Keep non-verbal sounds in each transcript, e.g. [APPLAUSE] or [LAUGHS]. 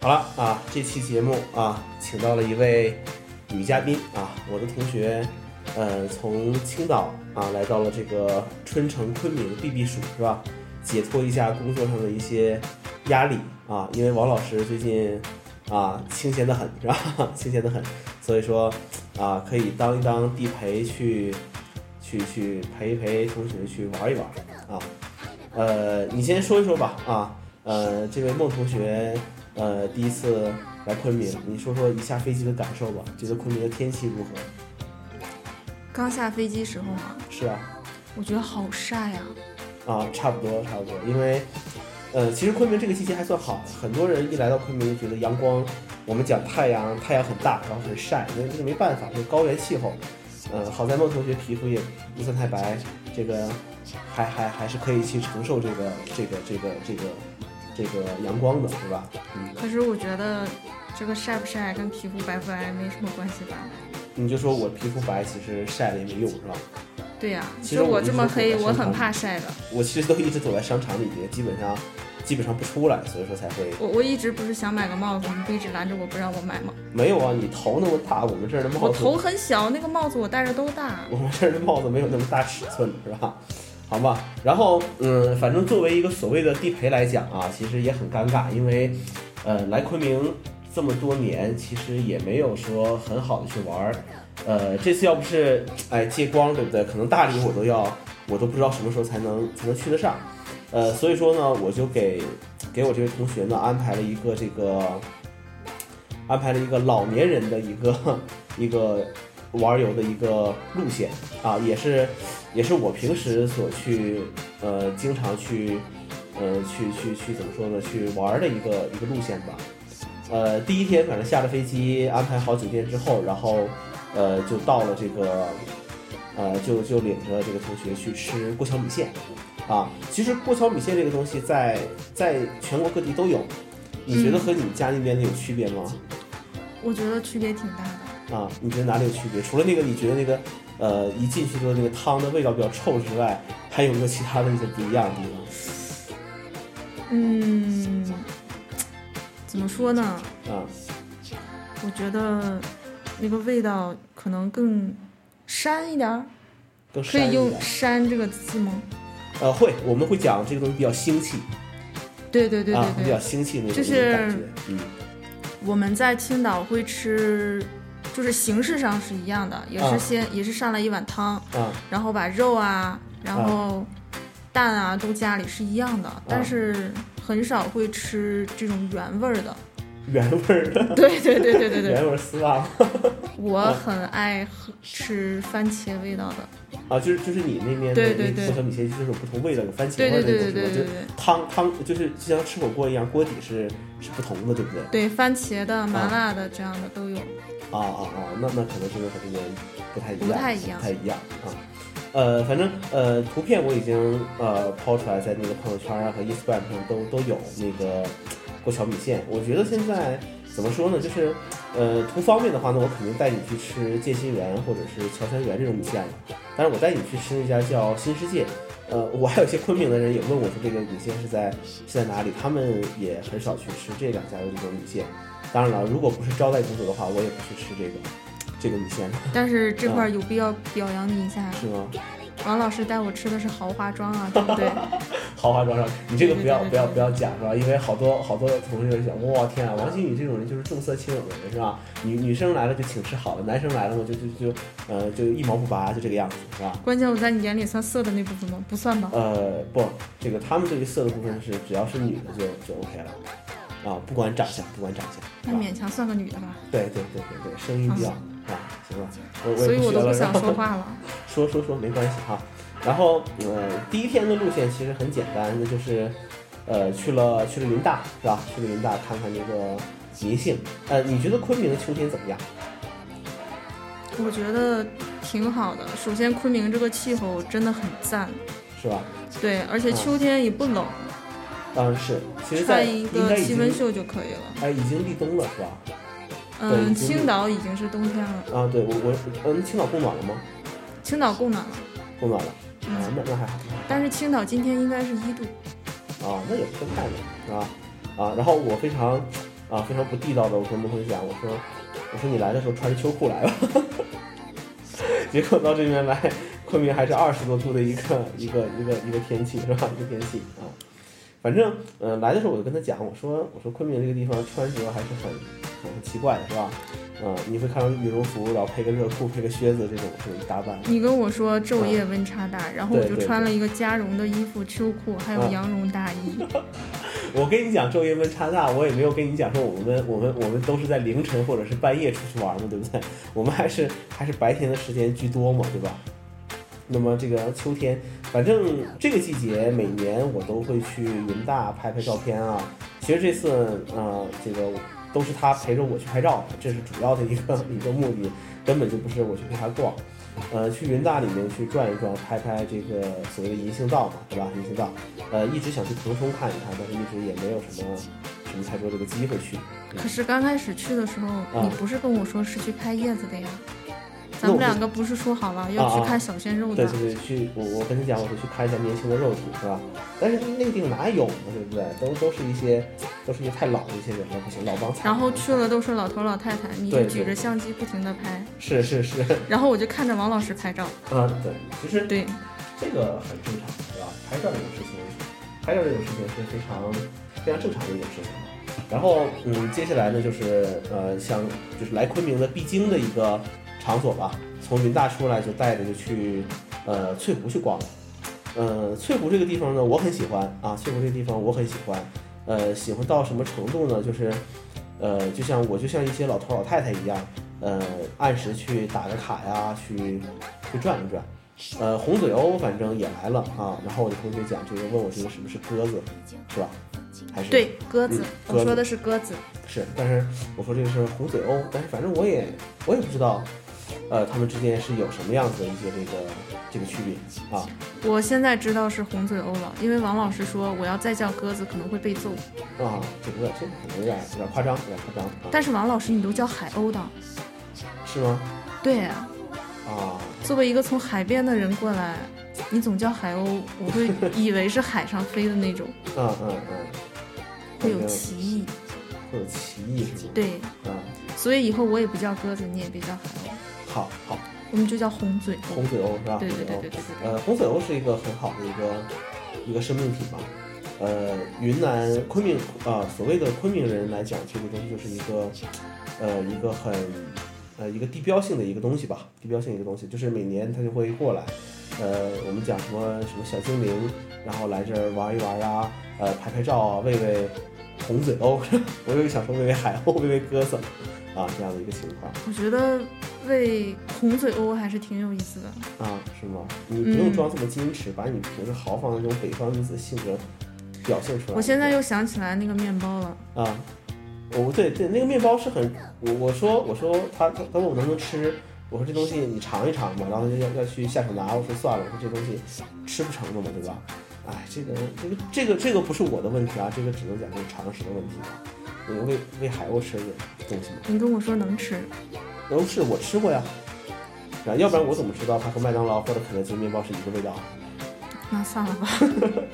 好了啊，这期节目啊，请到了一位女嘉宾啊，我的同学，呃，从青岛啊来到了这个春城昆明避避暑是吧？解脱一下工作上的一些压力啊，因为王老师最近啊清闲的很是吧？ [LAUGHS] 清闲的很，所以说啊可以当一当地陪去去去陪一陪同学去玩一玩啊。呃，你先说一说吧啊，呃，这位孟同学。呃，第一次来昆明，你说说一下飞机的感受吧？觉得昆明的天气如何？刚下飞机时候嘛，是啊，我觉得好晒啊。啊，差不多，差不多。因为，呃，其实昆明这个季节还算好，很多人一来到昆明就觉得阳光，我们讲太阳，太阳很大，然后很晒，那这个没办法，就是高原气候。呃，好在孟同学皮肤也不算太白，这个还还还是可以去承受这个这个这个这个这个阳光的，对吧？嗯。可是我觉得这个晒不晒跟皮肤白不白没什么关系吧？你就说我皮肤白，其实晒了也没用，是吧？对呀、其其实实我我一这直么都黑，在我生很活怕晒的。我其实都一直躲在商场里面，基本上基本上不出来，所以说才会我我一直不是想买个帽子，你不一直拦着我不让我买吗？没有啊。你头那么大，我们这儿的帽我子，头很小，那个帽子我戴着都大。我们这儿的帽子没有那么大尺寸，是吧？好吧，然后嗯，反正作为一个所谓的地陪来讲啊，其实也很尴尬，因为呃，来昆明这么多年，其实也没有说很好的去玩儿。呃，这次要不是哎借光，对不对？可能大理我都要，我都不知道什么时候才能才能去得上。呃，所以说呢，我就给给我这位同学呢安排了一个这个安排了一个老年人的一个 [LAUGHS] 一个玩游的一个路线啊，也是也是我平时所去呃经常去呃去去去怎么说呢去玩的一个一个路线吧。呃，第一天反正下了飞机，安排好酒店之后，然后呃就到了这个呃就就领着这个同学去吃过桥米线啊。其实过桥米线这个东西在在全国各地都有，你觉得和你们家那边的有区别吗？我觉得区别挺大的。啊，你觉得哪里有区别？除了那个你觉得那个呃一进去之后那个汤的味道比较臭之外，还有没有其他的一些不一样的地方？嗯，怎么说呢？啊，我觉得那个味道可能更膻一点儿，更可膻以一用点“膻”这个字吗？呃，会，我们会讲这个东西比较腥气对对对啊，对比对，较腥气那种就那种感是觉。嗯，我们在青岛会吃，就是形式上是一样的，也啊是先、也是上来一碗汤，啊然后把肉啊，然后蛋啊都加里是一样啊的，但是很少会吃这种原味儿 [LAUGHS] 的。原味儿的对对对对对对，原味儿丝啊袜吗我很爱喝吃番茄味道的。啊，就是就是你那边的对那对个对过桥米线就是有不同味道，有番茄对味儿对的那对种对对是对吧？对就汤汤就是就像吃火锅一样，锅底是是不同的，对不对？对，番茄的、麻辣的这样的都有。啊啊啊，那那可能真的和这边不太一样，不太一样不太一样啊。呃，反正呃，图片我已经呃抛出来，在那个朋友圈啊和 Instagram 上都都有那个过桥米线。我觉得现在怎么说呢，就是呃图方便的话呢，我肯定带你去吃建新园或者是乔山园这种米线了。但是我带你去吃那家叫新世界。呃，我还有一些昆明的人也问我说这个米线是在是在哪里，他们也很少去吃这两家的这种米线。当然了，如果不是招待工作的话，我也不去吃这个这个米线的，但是这啊块儿有必要表扬你一下，是吗？王老师带我吃的是豪华装啊，对不 [LAUGHS] 对？豪华装上，你这个不要对对对对不要不要讲是吧？因为好多好多同事就想，哇天啊，王鑫宇这种人就是重色轻友的人是吧？女女生来了就请吃好的，男生来了嘛就就就呃就一毛不拔就这个样子是吧？关键我在你眼里算色的那部分吗？不算吧。呃，不，这个他们对于色的部分是只要是女的就就 OK 了啊，不管长相，不管长那相，是吧？勉强算个女的吧，对对对对对，声音比较啊，行吧，我我也嗯所以不我学都了不是吧想说话了。说说说没关系哈。然后呃，第一天的路线其实很简单，那就是呃去了去了云大是吧？去了云大看看那个银杏。呃，你觉得昆明的秋天怎么样？我觉得挺好的。首先，昆明这个气候真的很赞，是吧？对，而且秋天也不冷，当然是，嗯其实在穿一应该个已七经分袖就可以了。哎已经立冬了是吧？对已嗯，经青岛已经是冬天了，啊，对我我嗯，青岛供暖了吗？青岛供暖了，供暖了嗯啊，那那还好。但是青岛今天应该是一度。啊，那也不算太冷，是吧？啊，然后我非常啊，非常不地道的。我跟孟坤讲，我说我说你来的时候穿着秋裤来吧， [LAUGHS] 结果到这边来，昆明还是二十多度的一个一个一个一个天气是吧？一个天气啊，反正嗯、呃来的时候我就跟他讲，我说我说昆明这个地方穿着还是很很奇怪的是吧？嗯，你会看到羽绒服，然后配个热裤，配个靴子这种这种打扮。你跟我说昼夜温差大，然后我嗯对就对穿对了一个加绒的衣服、秋裤，还有嗯羊绒大衣。我跟你讲，昼夜温差大，我也没有跟你讲说我们我们我们都是在凌晨或者是半夜出去玩嘛，对不对？我们还是还是白天的时间居多嘛，对吧？那么这个秋天，反正这个季节每年我都会去云大拍拍照片啊。其实这次呃，这个都是他陪着我去拍照，这是主要的一个 [LAUGHS] 一个目的，根本就不是我去陪他逛。呃，去云大里面去转一转，拍拍这个所谓的银杏道嘛，对吧？银杏道，呃，一直想去腾冲看一看，但是一直也没有什么什么太多这个机会去。可是刚开始去的时候，你不是跟我说是去拍叶子的呀？嗯咱我们两个不是说好了要啊啊去看小鲜肉的对？对对，去我我跟你讲，我是去看一下年轻的肉体，是吧？但是那个地方哪有呢，对不对？都都是一些都是一些太老的一些人了，不行，老帮菜。然后去了都是老头老太太，你对就对举对着相机不停的拍，是是是，然后我就看着王老师拍照。啊，对，其实对，这个很正常，对吧？拍照这种事情，拍照这种事情是非常非常正常的一种事情。然后，嗯，接下来呢，就是呃，像就是来昆明的必经的一个场所吧。从云大出来就带着就去呃翠湖去逛了。呃，翠湖这个地方呢，我很喜欢啊，翠湖这个地方我很喜欢。呃，喜欢到什么程度呢？就是呃，就像我就像一些老头老太太一样，呃，按时去打个卡呀，去去转一转。呃，红嘴鸥反正也来了啊。然后我的同学讲这个，问我这个是不是鸽子，是吧？还是对，鸽嗯，子鸽我子说的是鸽子。是，但是我说这个是红嘴鸥，但是反正我也我也不知道，呃，他们之间是有什么样子的一些这个这个区别啊。我现在知道是红嘴鸥了，因为王老师说我要再叫鸽子可能会被揍。啊，这个这个可能有点有点夸张，有点夸张啊，但是王老师你都叫海鸥的，是吗？对啊，啊，作为一个从海边的人过来，你总叫海鸥，[LAUGHS] 我会以为是海上飞的那种，嗯嗯嗯，会有反正歧义。会有歧义是吗？对，啊，所以以后我也不叫鸽子，你也别叫海鸥，好好，我们就叫红嘴鸥。红嘴哦鸥是吧？对红对嘴对鸥对对对对。呃，红嘴鸥是一个很好的一个一个生命体吧。呃，云南昆明啊、所谓的昆明人来讲，这个东西就是一个呃一个很呃一个地标性的一个东西吧，地标性一个东西，就是每年他就会过来，呃，我们讲什么什么小精灵，然后来这儿玩一玩啊，呃，拍拍照啊，喂喂红嘴鸥， [LAUGHS] 我又想说喂喂海鸥，喂喂鸽子 [LAUGHS] 啊，这样的一个情况我觉得喂红嘴鸥还是挺有意思的。啊，是吗？你不用嗯装这么矜持，把你平时豪放的那种北方女子性格表现出来。我现在又想起来那个面包了，啊，我对对，那个面包是很，我我说我说他他他问我能不能吃，我说这东西你尝一尝嘛，然后他就要要去下手拿，我说算了，我说这东西吃不成的嘛，对吧？哎，这个这个这个这个不是我的问题啊，这个只能讲这个常识的问题啊。那个喂喂海鸥吃的东西嘛，你跟我说能吃，然后是我吃过呀，啊，要不然我怎么知道它和麦当劳或者肯德基面包是一个味道啊？那算了吧。 [LAUGHS]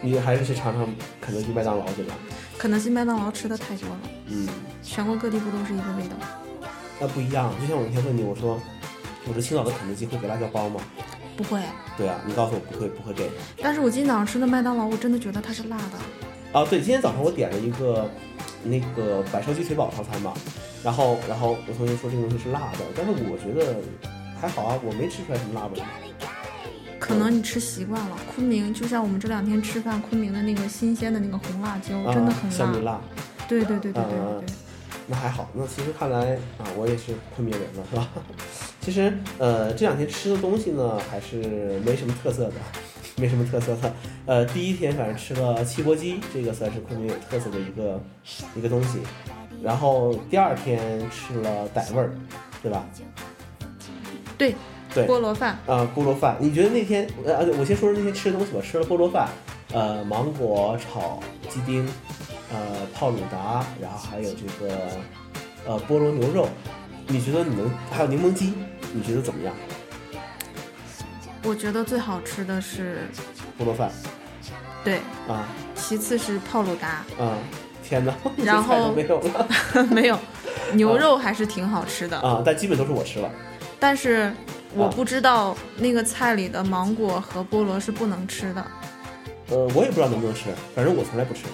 你还是去尝尝肯德基、麦当劳去吧。肯德基、麦当劳吃的太多了，嗯，全国各地不都是一个味道？那不一样。啊就像我那天问你，我说，我说青岛的肯德基会给辣椒包吗？不会，对啊，你告诉我不会，不会给。但是我今天早上吃的麦当劳，我真的觉得它是辣的。啊，对，今天早上我点了一个那个白烧鸡腿堡套餐嘛，然后然后我同学说这个东西是辣的，但是我觉得还好啊，我没吃出来什么辣味。可能你吃习惯了，昆明就像我们这两天吃饭，昆明的那个新鲜的那个红辣椒啊真的，很香米辣。辣，嗯对对对对对对对，那还好。那其实看来啊，我也是昆明人了，是吧？ [LAUGHS] 其实呃，这两天吃的东西呢，还是没什么特色的， [LAUGHS] 没什么特色的。呃，第一天反正吃了汽锅鸡，这个算是昆明有特色的一个一个东西。然后第二天吃了傣味儿，对吧？对菠萝饭啊、菠萝饭。你觉得那天呃，我先说说那天吃的东西吧。吃了菠萝饭，呃，芒果炒鸡丁，呃，泡鲁达，然后还有这个呃菠萝牛肉。你觉得你能还有柠檬鸡，你觉得怎么样？我觉得最好吃的是，菠萝饭对，啊其次是泡鲁达，啊，天哪， [LAUGHS] 然这后菜都没有 [LAUGHS] 了没有，牛肉还是挺好吃的，啊！但基本都是我吃了。但是我不知道那个菜里的芒果和菠萝是不能吃的。呃，我也不知道能不能吃，反正我从来不吃。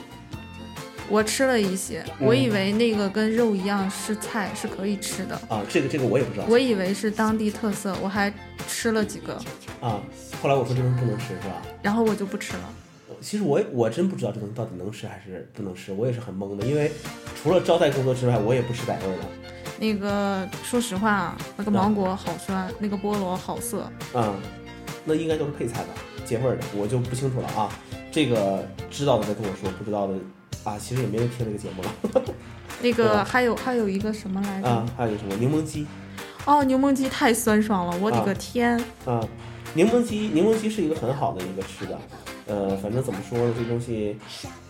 我吃了一些，嗯我以为那个跟肉一样是菜，是可以吃的，啊，这个这个我也不知道我以为是当地特色，我还吃了几个，啊。后来我说这东西不能吃是吧？然后我就不吃了。其实我也我真不知道这东西到底能吃还是不能吃，我也是很懵的，因为除了招待顾客之外，我也不吃傣味儿的。那个说实话啊，那个芒果好酸，那个菠萝好涩，啊、那应该都是配菜吧，结味儿的，我就不清楚了啊。这个知道的再跟我说，不知道的啊，其实也没人听这个节目了那对吧个还有还有一个什么来着？啊。还有什么柠檬鸡哦，柠檬鸡太酸爽了，我的个天！啊，柠檬鸡，柠檬鸡是一个很好的一个吃的。呃，反正怎么说呢，这东西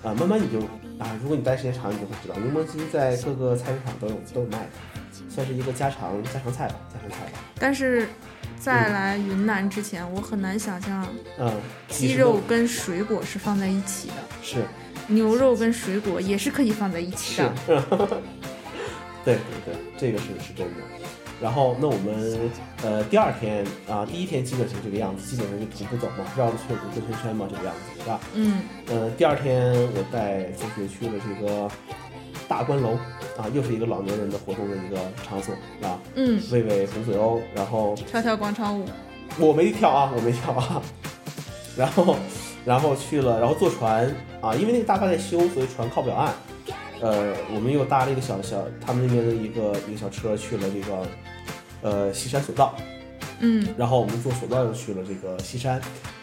啊，慢慢你就啊，如果你待时间长，你就会知道，柠檬鸡在各个菜市场都有都有卖的，算是一个家常家常菜吧，家常菜吧。但是在来云南之前，我很难想象嗯，鸡肉跟水果是放在一起的，是牛肉跟水果也是可以放在一起是 [LAUGHS] 的。，对对对，这个是是真的。然后，那我们呃第二天啊、第一天基本是这个样子，基本上就徒步走嘛，绕着翠湖转圈圈嘛，这个样子是吧？嗯，呃，第二天我带同学去了这个大观楼啊，又是一个老年人的活动的一个场所啊，嗯，喂喂红嘴鸥，然后跳跳广场舞，我没跳啊，我没跳啊。 [LAUGHS] 然后，然后去了，然后坐船啊，因为那个大坝在修，所以船靠不了岸。呃，我们又搭了一个小小他们那边的一个一个小车去了这个呃西山索道，嗯，然后我们坐索道又去了这个西山。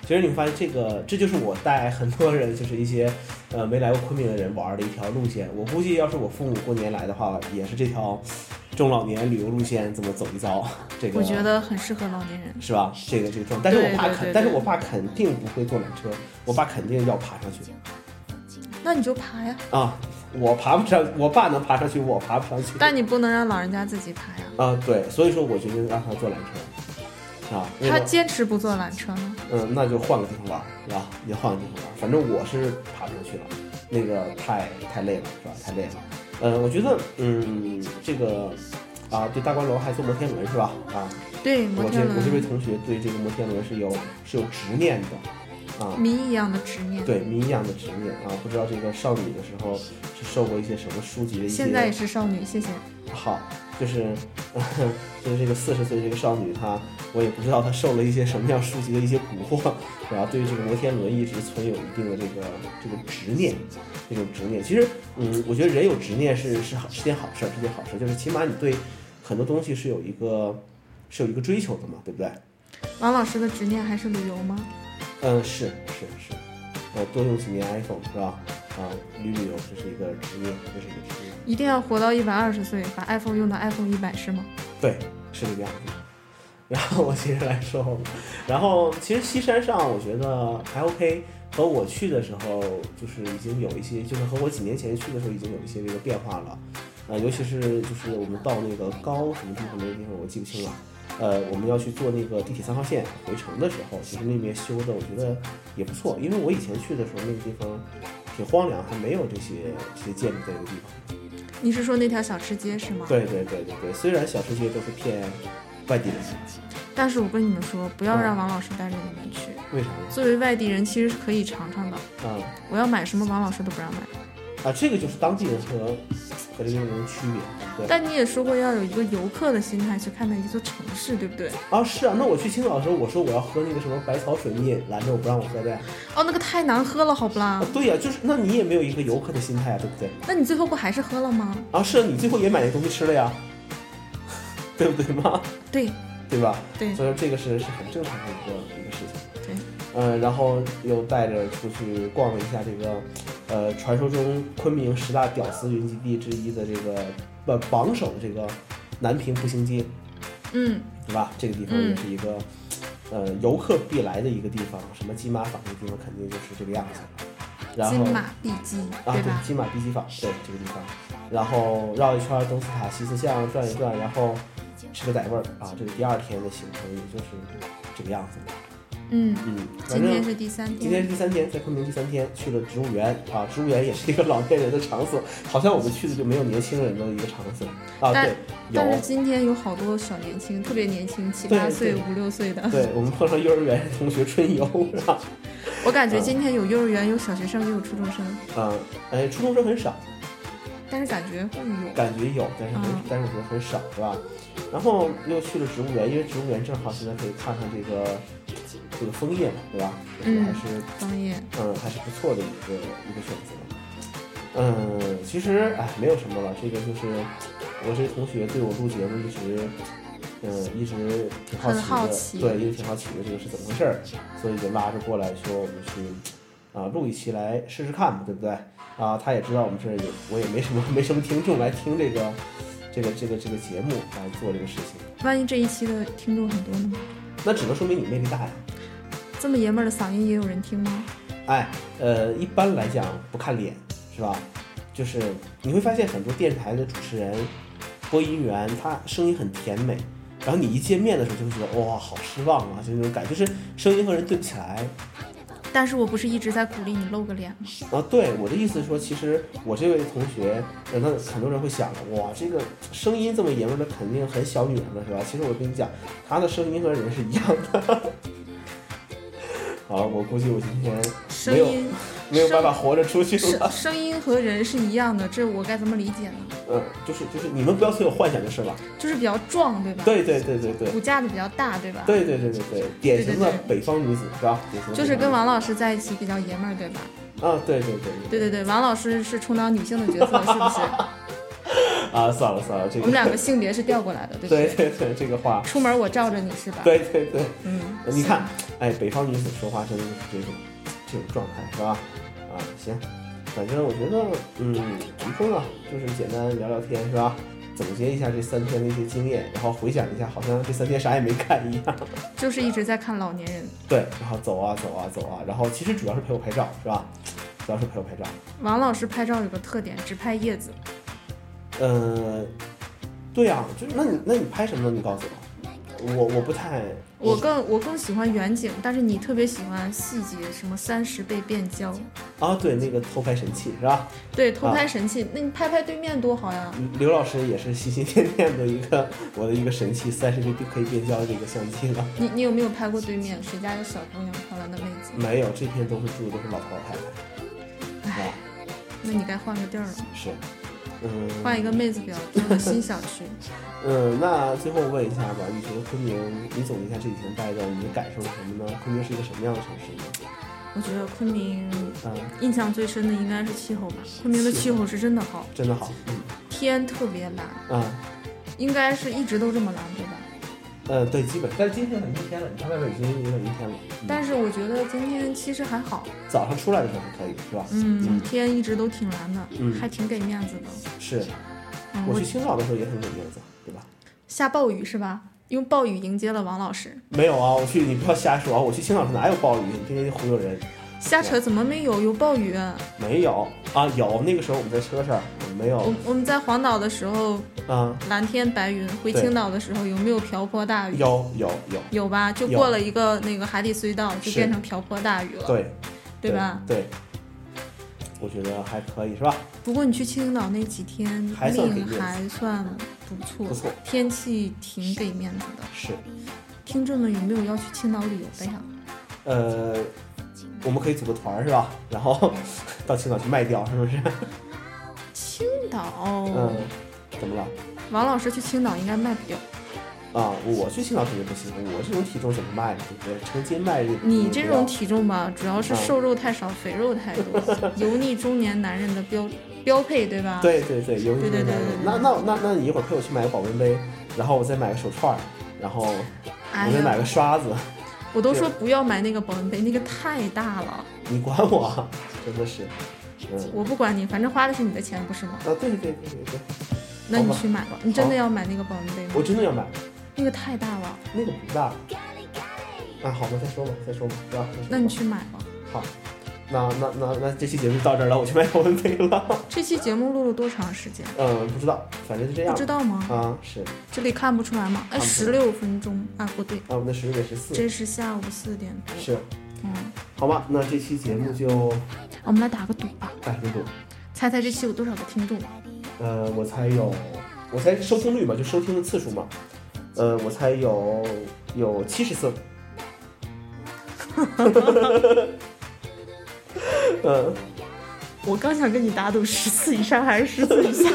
其实你会发现，这个这就是我带很多人，就是一些呃没来过昆明的人玩的一条路线。我估计要是我父母过年来的话，也是这条中老年旅游路线这么走一遭。这个我觉得很适合老年人。是吧？这个这个状态，但是我对爸对肯，对但是对我爸肯定不会坐缆车，我爸肯定要爬上去那你就爬呀，啊！我爬不上，我爸能爬上去，我爬不上去。但你不能让老人家自己爬呀。啊，对，所以说我决定让他坐缆车啊。那他个坚持不坐缆车呢？嗯，那就换个地方玩儿，是吧？你换个地方玩儿，反正我是爬不上去了，那个太太累了，是吧？太累了。嗯，我觉得，嗯，这个啊，对大观楼还坐摩天轮是吧？啊，对，摩我这天我这位轮，同学对这个摩天轮是有是有执念的啊。谜一样的执念。对谜一样的执念啊，不知道这个少女的时候是受过一些什么书籍的一些现在也是少女，谢谢。好，就是、 [LAUGHS] 就是这个四十岁这个少女她，我也不知道她受了一些什么样书籍的一些蛊惑，然后对于这个摩天轮一直存有一定的这个这个执念，这种执念。其实，嗯，我觉得人有执念是是好是件好事儿，是件好事儿，就是起码你对很多东西是有一个是有一个追求的嘛，对不对？王老师的执念还是旅游吗？嗯，是是是，呃，多用几年 iPhone 是吧？啊，旅旅游这是一个职业，这是一个职业，一定要活到一百二十岁，把 iPhone 用到 iPhone 一百是吗？对，是这个样子。 [LAUGHS] 然后我接着来说，然后其实西山上我觉得还 OK，和我去的时候就是已经有一些，就是和我几年前去的时候已经有一些这个变化了，呃，尤其是就是我们到那个高什么地方那个地方我记不清了，呃，我们要去坐那个地铁三号线回程的时候，其实那边修的我觉得也不错，因为我以前去的时候那个地方挺荒凉，还没有这些这些建筑在这个地方。你是说那条小吃街是吗？。对对对对对，虽然小吃街都是骗外地人，但是我跟你们说，不要嗯让王老师带着你们去。为啥呢？作为外地人，其实是可以尝尝的。啊我要买什么，王老师都不让买。啊，这个就是当地人和和这边人的区别，对但你也说过要有一个游客的心态去看待一座城市，对不对？啊是啊，那我去青岛的时候，我说我要喝那个什么百草水，你也拦着我不让我喝的呀。哦，那个太难喝了，好不啦啊？对呀、就是那你也没有一个游客的心态啊，对不对？那你最后不还是喝了吗？啊是啊你最后也买那东西吃了呀， [LAUGHS] 对不对嘛？对对吧？对所以说这个是是很正常的一个一个事情。对，嗯，然后又带着出去逛了一下这个，呃，传说中昆明十大屌丝云集地之一的这个不榜首的这个南平步行街，嗯，对吧？这个地方嗯也是一个，呃，游客必来的一个地方。什么金马坊这个地方肯定就是这个样子。然后金马碧鸡，啊，对对，吧？金马碧鸡坊，对这个地方，然后绕一圈东四塔、西四巷转一转，然后吃个傣味儿啊，这个第二天的行程也就是这个样子。嗯，嗯，反今正天是第三天，今天是第三天，在昆明第三天去了植物园啊，植物园也是一个老年人的场所，好像我们去的就没有年轻人的一个场所啊。但对，有但是今天有好多小年轻，特别年轻，七对八岁、对五六岁的。对我们碰上幼儿园同学春游是吧？我感觉今天有幼儿园、有小学生，也有初中生，啊，哎，初中生很少，但是感觉会有。感觉有，但是很、嗯但是我觉得很少是吧？然后又去了植物园，因为植物园正好现在可以看看这个这个枫叶嘛，对吧？我觉得嗯还是枫叶，嗯，还是不错的一个一个选择。嗯，其实哎，没有什么了，这个就是我这同学对我录节目一直，嗯，一直挺好奇的，很好奇对，一直挺好奇的这个是怎么回事儿，所以就拉着过来说我们去啊、录一期来试试看嘛，对不对？啊，他也知道我们这儿有我也没什么没什么听众来听这个这个这个这个节目来做这个事情，万一这一期的听众很多呢？那只能说明你魅力大呀。这么爷们儿的嗓音也有人听吗？哎，呃，一般来讲不看脸是吧？就是呃你会发现很多电视台的主持人、播音员，他声音很甜美，然后你一见面的时候就会觉得哇，好失望啊，就那种感觉，就是声音和人对不起来。但是我不是一直在鼓励你露个脸吗？啊，对我的意思是说，其实我这位同学，呃那很多人会想，哇，这个声音这么爷们儿的，肯定很小女人了，是吧？其实我跟你讲，她的声音和人是一样的。好，我估计我今天声没有音，没有办法活着出去了。声声音和人是一样的，这我该怎么理解呢？嗯，就是就是你们不要存有幻想就是了。就是比较壮，对吧？对对对对对骨架子比较大，对吧？对对对对对，典型的对对对北方女子是吧？典型的就是北跟方王老师在一起比较爷们儿，对吧？女子啊，对对对对对对，王老师是充当女性的角色，是不是？啊，算了算了，这个我们两个性别是调过来的，对不对对对，这个话，出门我罩着你是吧？，对对对，嗯，你看，哎，北方女子说话真的就是这种这种状态是吧？啊，行，反正我觉得，嗯，怎么说呢，就是简单聊聊天是吧？总结一下这三天的一些经验，然后回想一下，好像这三天啥也没干一样。就是一直在看老年人。对，然后走啊走啊走啊，然后其实主要是陪我拍照是吧？主要是陪我拍照。王老师拍照有个特点，只拍叶子，呃，对呀、就是那你那你拍什么呢？你告诉我，我我不太我更我更喜欢远景，但是你特别喜欢细节，什么三十倍变焦，啊，对那个偷拍神器是吧？对，偷拍神器，那你拍拍对面多好呀！刘老师也是心心念念的一个我的一个神器，三十倍可以变焦的一个相机了。你你有没有拍过对面谁家有小姑娘漂亮的妹子？没有，这片都是住的都是老头老太太，啊，那你该换个地儿了，是，嗯，换一个妹子比较多的新小区。嗯，那最后问一下吧，你觉得昆明，你总结一下这几天待着，你的感受是什么呢？昆明是一个什么样的城市呢？我觉得昆明嗯，印象最深的应该是气候吧，昆明的气候是真的好，真的好，嗯，天特别蓝，啊，应该是一直都这么蓝，对吧？呃，对，基本，但是今天很阴天了，你看外面已经有点阴天了，嗯但是我觉得今天其实还好，早上出来的时候还可以，是吧？嗯，天一直都挺蓝的，嗯还挺给面子的。是，嗯，我我去青岛的时候也很给面子，对吧？下暴雨是吧？用暴雨迎接了王老师。没有啊，我去，你不要瞎说啊！我去青岛时哪有暴雨？你天天忽悠人，瞎扯，怎么没有？有暴雨、啊。没有啊，有那个时候我们在车上，没有我我们在黄岛的时候啊，蓝天白云，回对青岛的时候有没有瓢泼大雨？啊有有有，有吧？就有过了一个那个海底隧道，就是变成瓢泼大雨了，对对吧？？对，我觉得还可以，是吧？不过你去青岛那几天还算给面命子还算不错，不错天气挺给面子的。是，听众们有没有要去青岛旅游的呀？呃，我们可以组个团儿，是吧？然后 [LAUGHS] 到青岛去卖掉，是不是？青岛，哦嗯，怎么了？王老师去青岛应该卖不掉。啊，我去青岛肯定不行，我这种体重怎么卖呢？对不对？成斤卖力，你这不要种体重吧，嗯主要是瘦肉太少，肥肉太多，油腻中年男人的标标配，对吧？，对对对，有对对对对对那那那那你一会儿陪我去买个保温杯，然后我再买个手串儿，然后我哎再买呀，个刷子。我都说不要买那个保温杯，那个太大了。你管我啊，真的是，嗯，我不管你，反正花的是你的钱，不是吗啊，？对对对对对，那你好吧去买吧。你真的要买那个保温杯吗我？真的要买那个太大了，那个不大。啊，好吧，再说吧，再说吧，是吧？再说吧那你去买吧。好，那那那那这期节目就到这儿了，我去买保温杯了。 [LAUGHS] 这期节目录了多长时间？嗯，不知道，反正就这不样知。道吗？啊，是这里看不出来吗？看哎，不出十六分钟啊，不对，啊，我们的十六点十四，这是下午四点多。是，嗯，好吧，那这期节目就我们来打个赌吧，哎，如果猜猜这期有多少个听众？啊呃，我猜有，我猜收听率嘛，就收听的次数嘛，呃，我猜有有七十次。嗯，我刚想跟你打赌十次以上还是十次以下，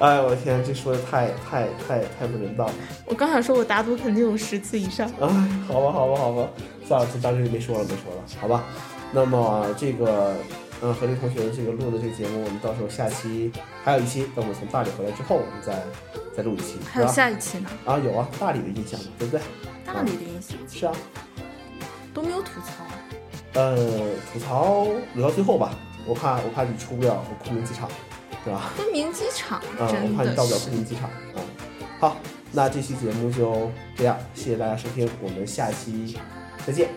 哎，我天，这说的太太太太不人道了。我刚想说我打赌肯定有十次以上。哎，好吧，好吧，好吧，算了，就当这里没说了，没说了，好吧。那么这个，嗯，何林同学这个录的这个节目，我们到时候下期还有一期，等我从大理回来之后，我们再再录一期，还是有吧？下一期呢？啊，有啊，大理的印象嘛，对不对？大理的印象是啊，都没有吐槽，呃，吐槽留到最后吧，我怕我怕你出不了昆明机场，是 [LAUGHS] 吧？昆明机场嗯，我真怕你的到不了是昆明机场啊、嗯好，那这期节目就这样，谢谢大家收听，我们下期再见，